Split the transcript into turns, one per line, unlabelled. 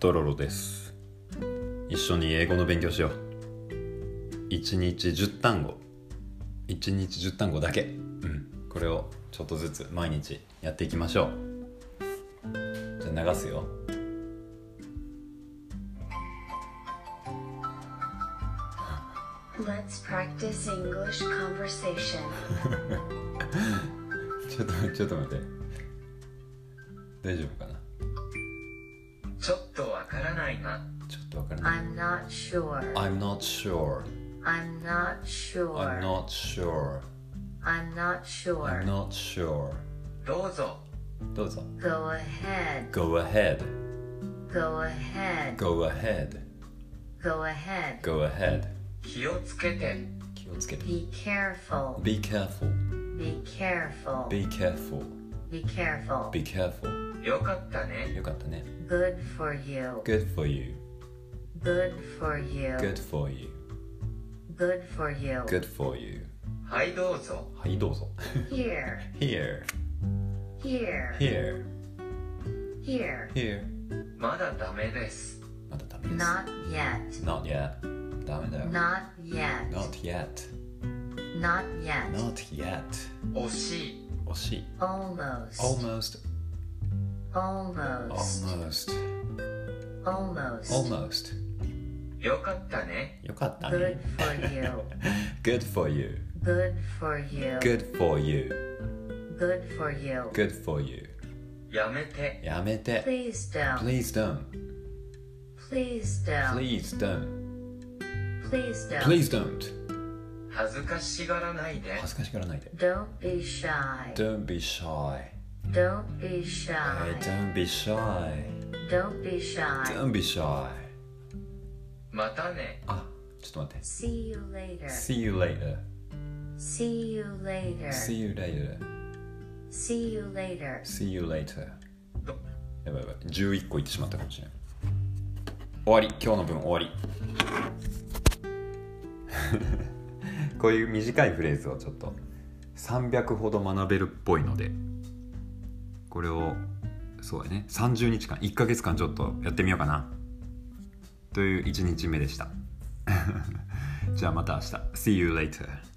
ドロロです一緒に英語の勉強しよう1日10単語1日10単語だけうんこれをちょっとずつ毎日やっていきましょうじゃあ流すよ
？Let's practice English conversation.
ちょっとちょっと待って大丈夫かな
ちょっとわからないな。
ちょっとわからない
I'm not sure.
I'm not sure
I'm not
I'm
sure.
not sure
I'm
I'm
not sure.
not sure
どうぞ。
どうぞ
Go ahead.
Go ahead
Go ahead.
Go ahead
Go ahead.
Go ahead
気をつけて。
気をつけて
Be careful.
Be careful
Be careful.
Be careful
Be careful.
Be careful
よかったね。
よかったね
Good for you.
Good for you
Good for you.
Good for you
Good for you.
Good for you
はい、どうぞ。
はいどうぞ
Here.
Here
Here.
Here
Here.
Here
まだダメです。
まだダメです
Not yet.
Not yet ダメだよ
Not yet.
Not yet
Not yet.
Not yet
惜しい。
惜しい
Almost.
Almost Almost
Almost. Almost.
Almost
よかったね。
よかった
Good
ね
for you.
Good for you
Good for you.
Good for you
Good for you.
Good for you
やめて。
やめて
Please don't.
Please don't
Please don't.
Please don't
Please don't.
Please don't
恥ずかしがらないで。
恥ずかしがらないで
Don't be shy.
Don't be shy
Don't be
Hey,
shy.
Don't be shy
Don't be shy.
Don't be shy Ah,
またね。
あちょっと待って
See you later.
See you later
See you later.
See you later
See you later.
See you later
ど
やばいやばい11個いってしまったかもしれない終わり 今日の分終わりこういう短いフレーズをちょっと300ほど学べるっぽいのでこれをそうやね30日間1ヶ月間ちょっとやってみようかなという1日目でしたじゃあまた明日 See you later